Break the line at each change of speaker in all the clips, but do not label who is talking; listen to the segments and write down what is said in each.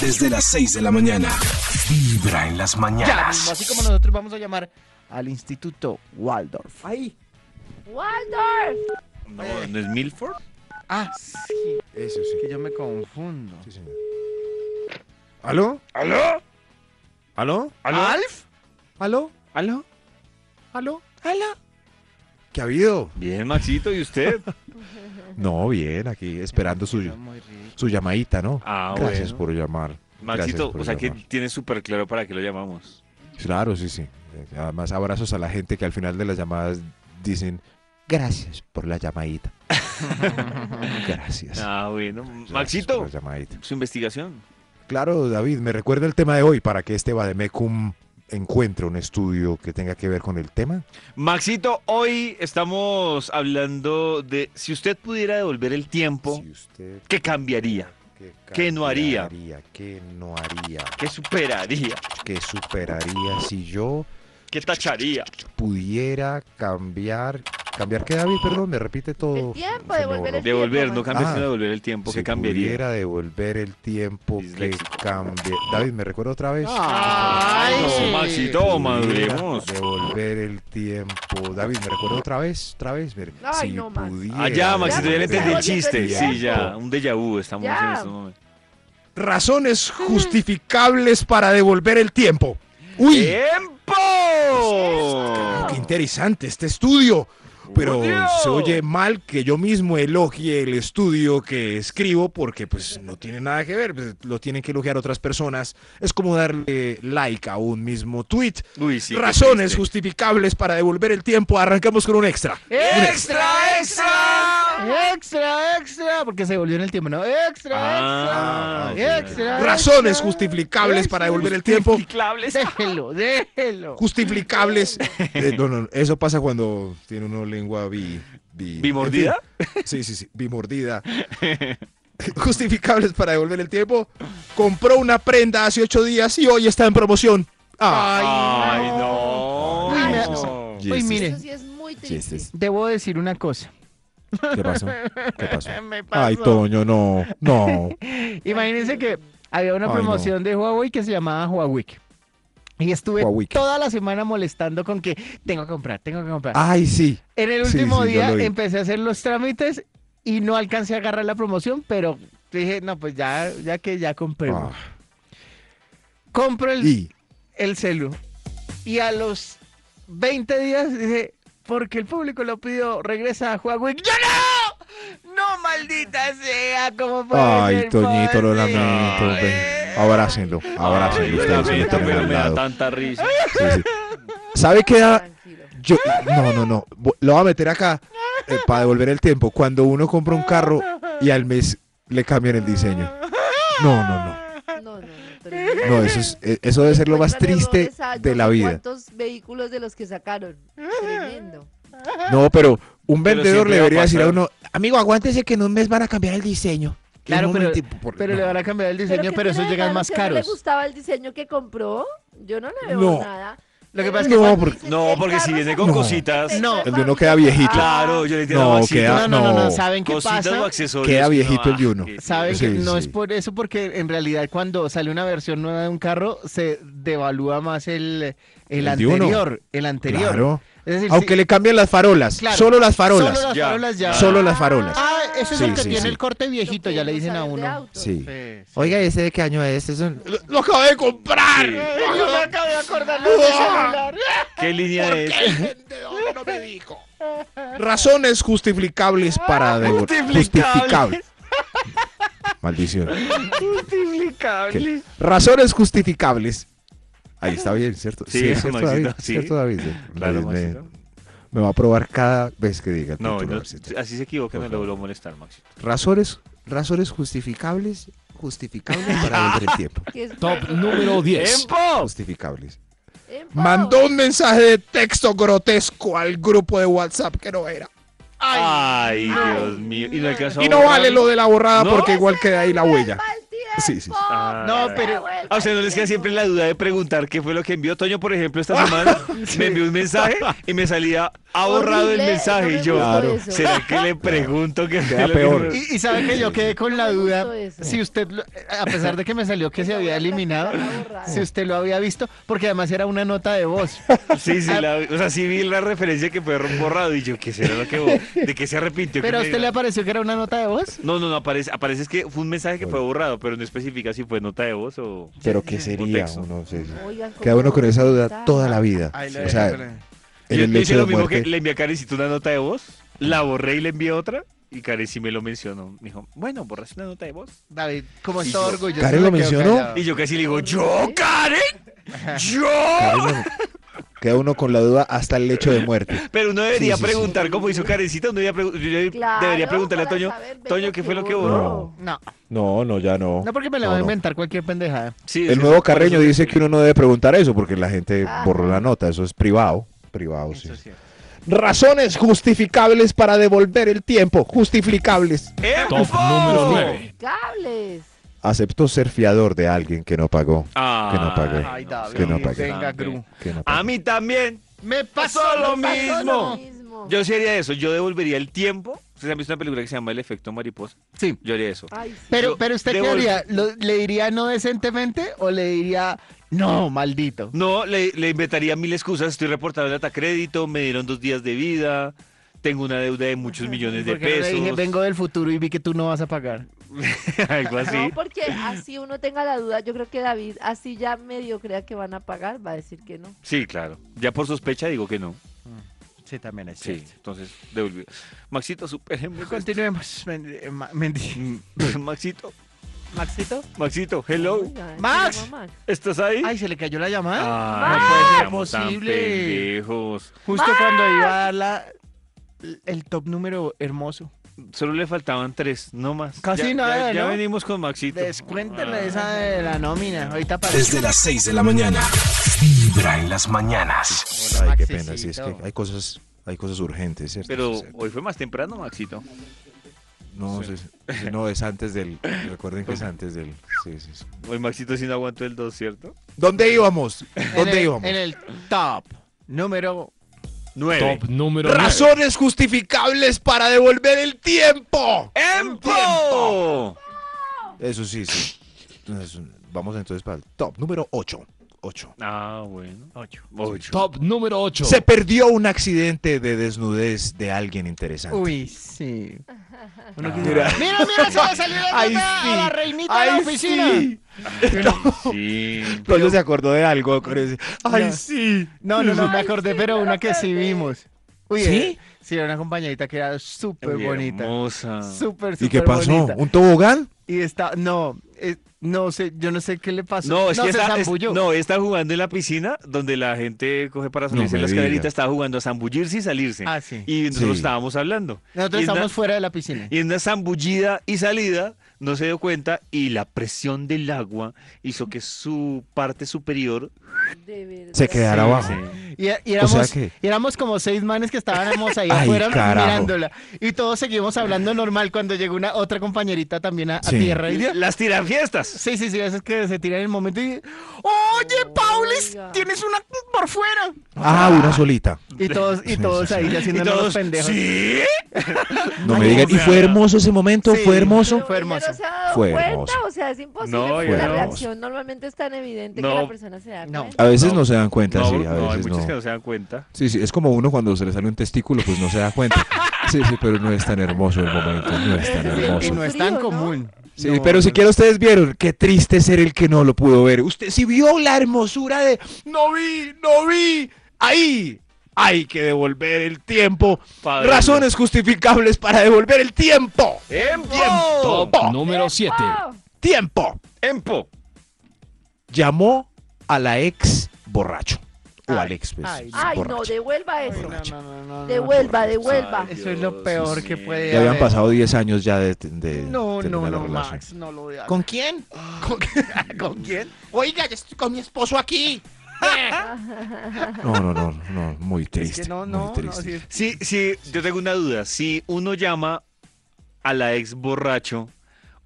Desde las 6 de la mañana. Vibra en las
Ya mismo,
mañanas.
así como nosotros vamos a llamar al Instituto Waldorf.
Ahí.
Waldorf.
No, ¿no es Milford?
Ah, sí,
Eso sí.
que yo me confundo.
Sí, señor. ¿Aló?
¿Aló?
¿Aló?
¿Alf?
¿Aló?
¿Aló?
¿Aló? ¿Aló? ¿Qué ha habido?
Bien, Maxito, ¿y usted?
No, bien, aquí esperando
Quedó
su,
muy ridículo.
su llamadita, ¿no?
Ah,
Gracias
bueno.
por llamar.
Maxito,
Gracias por
o sea que
llamar.
tiene súper claro para qué lo llamamos.
Claro, sí, sí. Además, abrazos a la gente que al final de las llamadas dicen gracias por la llamadita. gracias.
Ah, bueno.
Gracias
Maxito,
por la llamadita.
su investigación.
Claro, David, me recuerda el tema de hoy para que este Bademecum encuentre un estudio que tenga que ver con el tema.
Maxito, hoy estamos hablando de si usted pudiera devolver el tiempo,
Si usted-
¿qué cambiaría?
¿Qué,
¿Qué no haría?
cambiaría? ¿Qué no haría?
¿Qué superaría?
¿Qué superaría si yo
¿Qué tacharía?
pudiera cambiar? ¿Cambiar qué, David? Perdón, me repite todo.
El tiempo,
Se me
devolver
borró.
el
Devolver, no
tiempo,
cambies
Ah,
sino devolver el tiempo,
Si
¿qué cambiaría?
pudiera devolver el tiempo que
Disléxico.
cambie. David, ¿me recuerda otra vez?
Ay,
no, Maxito,
Pudiera
maduremos.
Devolver el tiempo. David, ¿me recuerda otra vez? ¿Otra vez? Me-
Ay,
si
no, Max.
pudiera
Ah, ya, Maxito, ya le
devolver-
entendí el
Devolver
chiste.
el
Sí, ya,
tiempo.
un déjà vu estamos
Ya.
en estos momentos.
Razones justificables para devolver el tiempo. ¡Uy!
¡Tiempo!
Qué interesante este estudio. Pero
¡Oh, Dios!
se oye mal que yo mismo elogie el estudio que escribo porque pues no tiene nada que ver, pues, lo tienen que elogiar otras personas. Es como darle like a un mismo tweet.
Uy, sí, qué
Razones
triste.
justificables para devolver el tiempo. Arrancamos con un extra. Un
¡Extra, extra! ¡Extra, extra! Porque se volvió en el tiempo, ¿no? ¡Extra,
Ah,
extra!
ya.
¡Extra!
Razones
extra.
justificables para devolver el tiempo.
Déjelo, déjelo.
Justificables. Eh, no, no, eso pasa cuando tiene uno lengua bi, bi-
¿Bimordida?
en fin, sí, sí, sí, bimordida. Justificables para devolver el tiempo. Compró una prenda hace ocho días y hoy está en promoción. Ah,
Ay, no.
no.
Uy, me-
No.
Uy, mire,
Eso sí es muy triste.
debo decir una cosa.
¿qué pasó? ¿Qué pasó?
Me pasó.
Ay, Toño, no, no.
Imagínense que había una
Ay, no.
promoción de Huawei que se llamaba Huawei. Y estuve
Huawei.
toda la semana molestando con que tengo que comprar, tengo que comprar.
Ay, sí.
en el
Ah, sí,
último
sí, yo
día
lo vi.
empecé a hacer los trámites y no alcancé a agarrar la promoción, pero dije, no, pues ya, ya que ya compré.
Ah,
Compro el,
y
el celu. Y a los 20 días dije, porque el público lo pidió, regresa a Huawei. ¡Yo no! ¡No, maldita sea! ¿Cómo puede
Ay,
ser Pues,
Toñito, lo
posible?
lamento. ven. Abrácenlo, abrácenlo.
Ay,
Ustedes
lamento,
que lo tienen
pero
al
me da
lado.
tanta risa.
Sí, sí. ¿Sabe qué da?
Tranquilo.
Yo, no, no, no. Bo- Lo voy a meter acá eh, para devolver el tiempo. Cuando uno compra un carro y al mes le cambian el diseño. No, no, no.
No, no, no. pero-
No, eso, es, eh, eso debe ser lo más
Encuentran
triste
errores a
de la
no sé
vida.
¿Cuántos vehículos de los que sacaron? Tremendo.
No, pero un
Pero
vendedor
siempre
le
va a
debería decir a
pasar.
uno, amigo, aguántese que en un mes van a cambiar el diseño. Que
Claro,
un
pero-
momentico, por-
Pero
no.
le van a cambiar el diseño,
¿qué
pero esos
tiene de
llegan
malo?
más
Si a uno
caros.
le gustaba el diseño que compró? Yo no le veo
No.
nada.
Lo que
Pero
pasa es que
No,
cuando
porque-
dicen,
No,
el
porque si
carro
viene
se
con
No.
cositas.
No.
El de uno queda viejito.
Claro, yo le entiendo
No,
a Maxito.
queda-
no, no, no, no,
no.
¿saben qué
Cositas
pasa?
o accesorios.
Queda viejito el de uno.
ah,
Saben
Sí,
que no es
sí.
por eso, porque en realidad cuando sale una versión nueva de un carro, se devalúa más el, el,
El de uno.
anterior. El anterior.
Claro.
Es decir,
Aunque
sí,
le cambian las farolas,
Claro.
solo las farolas,
Solo las
Ya.
farolas ya.
solo las farolas.
Ah, ese es
Sí,
el que
sí,
tiene
sí.
el corte viejito, ya le
queremos
dicen a
saber de
uno.
autos.
Sí.
Sí, sí.
Oiga, ¿ese de qué año es? Lo, lo acabo de comprar.
Yo me acabo de acordar de ese celular.
¡Oh! ¿Qué línea es?
Razones justificables
Ah,
para devor-
Justificables.
justificables. Maldición.
Justificable.
¿Qué? Razones justificables. Ahí está bien, ¿cierto?
Sí,
es cierto,
Maxito,
David.
sí.
¿Cierto, David?
Claro,
David me,
Maxito.
me va a probar cada vez que diga. el
No,
título,
no,
Maxito.
así se equivoca, me
Por favor.
lo logró molestar, Maxito.
Razones, razones justificables, justificables para devolver el tiempo.
Que es-
Top número 10.
¡Tiempo!
Justificables.
en favor.
Mandó un mensaje de texto grotesco al grupo de WhatsApp que no era.
Ay,
Ay,
Dios mío. Y no alcanzó a
Y no
borrar.
vale lo de la borrada
¿No?
porque igual queda ahí la huella.
Mal tiempo.
Sí, sí.
Ah,
No,
ya.
pero-
Ah, o sea, no les queda siempre la duda de preguntar qué fue lo que envió Toño, por ejemplo, esta semana me envió un mensaje y me salía ha borrado el
Horrible,
mensaje
no
y
me
yo,
gustó
Claro.
eso.
¿será que le pregunto qué
Queda
fue lo que
peor.
me-
Y, y sabe que yo quedé con la
No me
duda
gustó eso.
si usted, lo- a pesar de que me salió que se había eliminado, si usted lo había visto, porque además era una nota de voz.
Sí, sí, la- o sea, sí vi la referencia que fue borrado y yo, ¿qué será lo que bo- ¿De qué se arrepintió? ¿Qué
Pero a
me-
usted le pareció que era una nota de voz.
No, no, no, aparece, aparece es que fue un mensaje que fue borrado, pero no especifica si fue nota de voz o...
Pero ¿qué sería?
Contexto.
Uno, sí, sí. Queda uno con esa duda toda la vida. O sea,
Yo,
el
yo hice
hecho
lo
de
mismo
muerte.
que le envié a Karencita una nota de voz, la borré y le envié otra, y Karen sí me lo mencionó. Me dijo, bueno, borraste una nota de voz.
David, como está orgulloso.
Karen lo
me quedo
mencionó.
callado.
Y yo casi le digo, ¿yo, Karen? ¿Yo?
Karen, Queda uno con la duda hasta el lecho de muerte.
Pero uno debería
Sí, sí, sí.
preguntar cómo hizo Karencita, uno debería, pregu- yo- yo debería preguntarle a Toño, Toño, ¿qué fue lo que borró?
No.
No,
No, no, ya no.
no porque me la
No,
va a
no.
inventar cualquier pendejada.
Sí,
El
sí,
nuevo
sí, por
Carreño
eso-
dice que uno no debe preguntar eso porque la gente
Ah.
borró la nota. Eso es privado. Privado, sí.
Eso es cierto.
Razones justificables para devolver el tiempo. Justificables.
Top
¡Epo!
número 9.
Cables.
Aceptó ser fiador de alguien que no pagó.
Ah,
Que no pague.
ay,
Es
David,
que no pague.
Venga, Gru.
Que no
Ah,
pagó.
A mí también.
Me
pasó lo mismo.
mismo.
Yo sí haría eso. Yo devolvería el tiempo. Ustedes han visto una película que se llama El efecto mariposa.
Sí.
Yo haría eso.
Ay, sí.
Pero,
Yo
pero usted qué
devol-
haría? ¿Lo- ¿Le diría no decentemente o le diría no, maldito?
No, le, le inventaría mil excusas. Estoy reportado en data crédito. Me dieron dos días de vida. Tengo una deuda de muchos millones de
Porque no le
pesos.
dije, vengo del futuro y vi que tú no vas a pagar.
Algo así.
pues.
No, porque así uno tenga la duda, yo creo que David, así ya medio crea que van a pagar, va a decir que no.
Sí, claro. Ya por sospecha digo que no.
Sí, también es
Sí. Entonces, devolví. Maxito, supérenme.
Continuemos. men- eh, ma- Mendy.
Mm, Maxito,
¿Maxito?
Maxito, hello.
Oiga,
Max.
se llama Max.
¿Estás ahí?
Ay, se le cayó la llamada.
Ah,
Max.
éramos tan
Posible.
pendejos.
Justo cuando iba a dar la- el top número hermoso.
Solo le faltaban tres, no más.
Casi
Ya-
nada,
Ya, ya
¿no?
venimos con Maxito.
Descuénteme
Ah.
esa de la nómina. Ahorita aparece.
Desde las 6 de la mañana. Vibra en las mañanas.
Ay, qué
Maxicito.
pena. Sí, es que hay cosas, hay cosas urgentes, ¿cierto?
Pero
Sí, sí.
hoy fue más temprano, Maxito.
No, sí, sí, no, es antes del. Recuerden que es antes del. Sí, sí, sí.
Hoy Maxito sí no aguantó el 2, ¿cierto?
¿Dónde íbamos?
En
¿Dónde
el-
íbamos?
En el top número
9.
Top número 9.
Razones justificables para devolver el tiempo.
¡Empo!
Eso sí, sí. Entonces, vamos entonces para el top número 8. 8.
Ah, bueno.
8.
Ocho.
Top número 8.
Se perdió un accidente de desnudez de alguien interesante.
Uy, sí. Uno
Ah.
quisiera- Mira, mira, se va a salir la,
Ay,
nota a la
sí.
reinita de
Ay,
la oficina.
sí.
Ah, Sí.
Toño Pues se acordó de algo. con ese- Ay,
No.
sí.
No, no, no, me
Ay,
acordé,
sí,
pero
me
una que sí
acordé.
vimos. Uy,
¿Sí?
eh, sí, era una compañerita que era súper
Uy,
bonita.
Hermosa.
Súper, súper bonita.
¿Y qué pasó? ¿Un tobogán?
Y está, no, eh, no sé, yo no sé qué le pasó.
No, es que
se
está, es-
zambulló.
no, está jugando en la piscina donde la gente coge para
No
salirse
me
en las
diga.
caderitas. Estaba jugando a zambullirse y salirse.
Ah, sí.
Y nosotros
Sí.
estábamos hablando.
Nosotros
y en la-
estamos fuera de la piscina.
Y en una zambullida y salida no se dio cuenta y la presión del agua hizo que su parte superior
De verdad.
Se quedara
Sí,
abajo.
sí.
Y, y éramos,
O sea que-
y éramos como seis manes que estábamos ahí
Ay,
afuera
carajo.
mirándola. Y todos seguimos hablando normal cuando llegó una otra compañerita también a, a
Sí.
tierra. Y,
Las tirafiestas.
Sí, sí, sí, esas que se tiran en el momento y... ¡Oye, Paulis!
Oiga.
¡Tienes una por fuera!
Ah, una solita.
Y todos, y
Sí,
todos
sí, sí.
ahí ya haciendo los pendejos.
¿Sí?
No
Ay,
me digan.
o
¿Y fue
sea,
hermoso ese momento?
sí.
¿Fue hermoso?
Pero
Fue
ella no
hermoso.
se ha dado
Fue
cuenta,
hermoso.
o sea, es imposible.
No,
porque
fue
la
hermoso.
reacción normalmente es tan evidente que
No.
la persona se da
No.
cuenta.
A veces no,
No.
se dan cuenta,
No,
sí. A
no, hay
veces
muchos que
no.
no se dan cuenta.
Sí, sí, es como uno cuando se le sale un testículo, pues no se da cuenta. Sí, sí, pero no es tan hermoso el momento, no es tan
Sí,
Y
hermoso.
no es
Frío,
tan
¿no?
común.
Sí,
No,
pero
no,
siquiera ustedes vieron, qué triste ser el que no lo pudo ver. Usted sí vio la hermosura de, no vi, no vi, ahí hay que devolver el tiempo.
Pa' verlo.
Razones justificables para devolver el tiempo.
¡Empo!
Top
número 7.
¡Wow!
Tiempo.
¡Empo!
Llamó a la ex borracho. O
Ay,
al ex pues,
ay,
Ay, no,
borracho.
devuelva
Uy,
eso.
no, no, no, no, no.
Devuelva, devuelva.
Ay,
Eso es lo
Dios
peor que
mío.
puede
Ya habían
haber.
pasado 10 años ya de, de
No, no,
terminar la
no,
relación. Ah.
Max, no lo veas.
¿Con quién?
¿Con, ¿Con quién?
Oiga, yo estoy con mi esposo aquí. No, no, no, no, muy triste.
es que no,
muy
no, no.
triste.
sí.
Sí, sí, yo tengo una duda. Si uno llama a la ex borracho,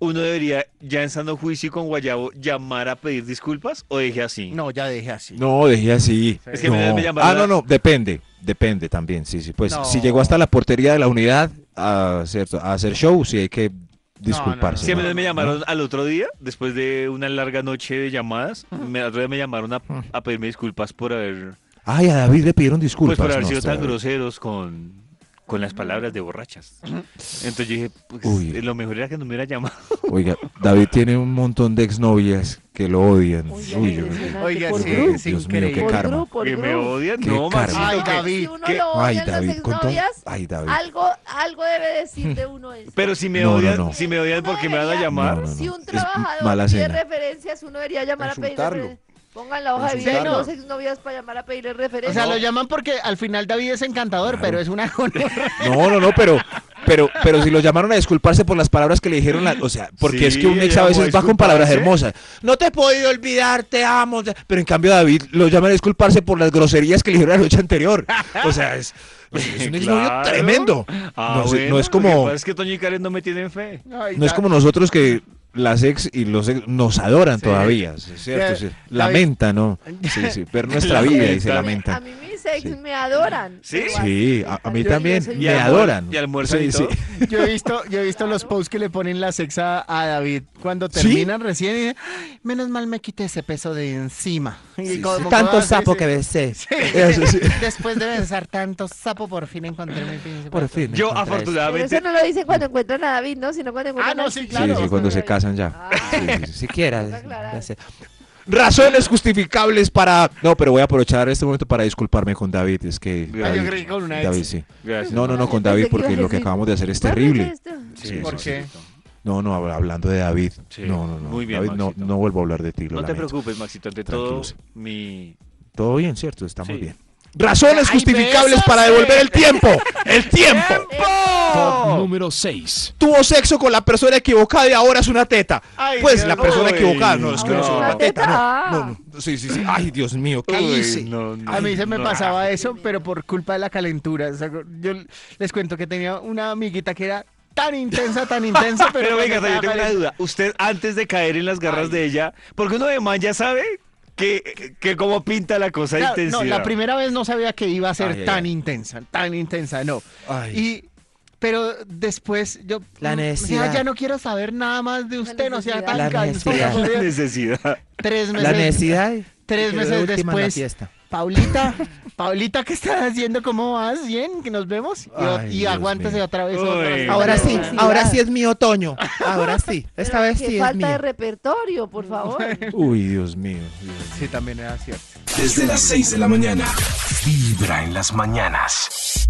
uno debería, ya en sano juicio y con Guayabo, llamar a pedir disculpas o deje así.
No, ya dejé así.
No, dejé así.
Es que a mí
No.
me llamaron
Ah, no,
a-
no, depende. Depende también, sí, sí. Pues
No.
si llegó hasta la portería de la unidad a, cierto, a hacer show, sí hay que disculparse.
Es que a mí
¿no?
me llamaron al otro día, después de una larga noche de llamadas, me, al otro día me llamaron a, a pedirme disculpas por haber,
Ay, a David le pidieron disculpas.
pues, por haber
no,
sido
está
tan
bien.
groseros con, con las palabras de borrachas. Entonces yo dije, pues,
Uy.
lo mejor era que no me hubiera llamado.
Oiga, David tiene un montón de exnovias que lo odian.
Oiga,
Uy, yo-
impresionante,
Oiga,
por
sí,
grupo,
es
Dios mío, qué
increíble.
por
karma.
grupo, por
que me
grupo.
odian.
Qué
No,
karma.
Maxito,
Ay,
que-
David,
Si uno
que-
lo
Ay,
odia en las
David, con todo.
exnovias,
Ay, David.
algo, algo debe decir de uno eso.
Pero si me
No, no,
odian,
no.
si me odian, ¿por qué me van a llamar?
No, no, no.
Si un
Es
trabajador
mala
pide
cena.
referencias, uno debería llamar a pedir
Consultarlo.
referencias. Pongan la hoja de vida de
Consultarlo.
dos exnovias para llamar a pedirle
O
referencias.
sea, lo llaman porque al final David es encantador, pero es una gonorrea.
No, no, no, pero, pero, pero si lo llamaron a disculparse por las palabras que le dijeron, la- o sea, porque
Sí,
es que un ex a
llamó a
veces va con palabras
disculparse.
hermosas. No te he podido olvidar, te amo. te- Pero en cambio David lo llaman a disculparse por las groserías que le dijeron la noche anterior. O sea, es, Pues es un exnovio
Claro.
tremendo.
Ah,
no, es-
bueno,
no es
Lo que
como,
pasa es que Toño y Karen no me tienen fe.
Ay,
no es
Da-
como nosotros que las ex y los ex nos adoran todavía. Es cierto,
Ya,
sí.
David-
Lamenta, ¿no? Sí, sí, ver nuestra vida y se
A
lamenta.
mí mis ex
Sí.
me adoran.
Sí.
pero
Sí, a, a mí
yo- yo
también
soy
Y
me
una-
almuer-
adoran.
y almuerzan y todo.
Yo he visto, yo he visto los posts que le ponen la sexa a David cuando
¿Sí?
terminan recién y dicen, "Ay, menos mal me quité ese peso de encima. Y como- como
Tanto
así,
sapo
sí.
que besé.
Sí.
Eso sí.
Después de besar tanto sapo, por fin encontré mi príncipe.
Por fin.
Yo
encontré eso.
Pero
afortunadamente
eso no lo dicen cuando encuentran a David, ¿no? Sino cuando encuentran
Ah, no,
al
sí,
chico.
claro.
Sí, sí, cuando se
Ay,
casan ya.
Ah.
Sí, sí, sí, siquiera.
Toca aclarar.
ya sé. Razones justificables para. No, pero voy a aprovechar este momento para disculparme con David. Es que.
Ah, yo
David,
creí con una ex.
David, sí.
Gracias.
No, no, no, con
Pensé
David,
que ibas
porque
a
lo que
decir,
acabas de hacer es
"Bárbate
terrible.
esto".
Sí,
¿Por
sí,
qué?
No, no, hab- hablando de David.
Sí.
No, no, no.
Muy bien,
David, no,
Maxito.
no vuelvo a hablar de ti. Lo
No te
lamento.
preocupes, Maxito. Ante todo,
Tranquilos.
mi.
Todo bien, ¿cierto? Estamos
Sí.
bien. Razones
Ay,
justificables
besos,
para
sí.
devolver el tiempo. El tiempo.
Top número 6.
Tuvo sexo con la persona equivocada y ahora es una teta.
Ay,
pues
Dios.
la
Uy,
persona equivocada. No, es que no es
no.
una teta.
Ah.
No, no, no. Sí, sí, sí. Ay, Dios mío, ¿qué
Uy,
hice?
no, no,
A mí se me
no.
pasaba eso, pero por culpa de la calentura. O sea, yo les cuento que tenía una amiguita que era tan intensa, tan intensa, pero,
ah. Pero venga,
cuando
yo tengo
estaba
una
caliente-
duda. Usted, antes de caer en las garras de ella, porque uno de man ya sabe que, que cómo pinta la cosa de
Claro,
intensidad.
No, la primera vez no sabía que iba a ser
Ay, ay,
tan
ay.
intensa, tan intensa, no.
Ay.
Y pero después yo mm, ya-
La necesidad.
ya no quiero saber nada más de usted, no sea tan
La
cansón.
necesidad.
necesidad.
Tres meses, tres meses después. Paulita, Paulita, ¿qué estás haciendo? ¿Cómo vas? Bien, que nos vemos. Y, o-
Ay,
y
Dios
aguántese
mío.
otra vez.
Uy.
otra vez.
Ahora sí,
Sí,
ahora
claro.
sí es mi otoño. Ahora sí, esta
Pero
vez
qué
sí es
falta de
mío.
repertorio, por favor.
Uy, Dios mío. Dios mío.
Sí, también era cierto.
Desde las 6 de la mañana. Vibra en las mañanas.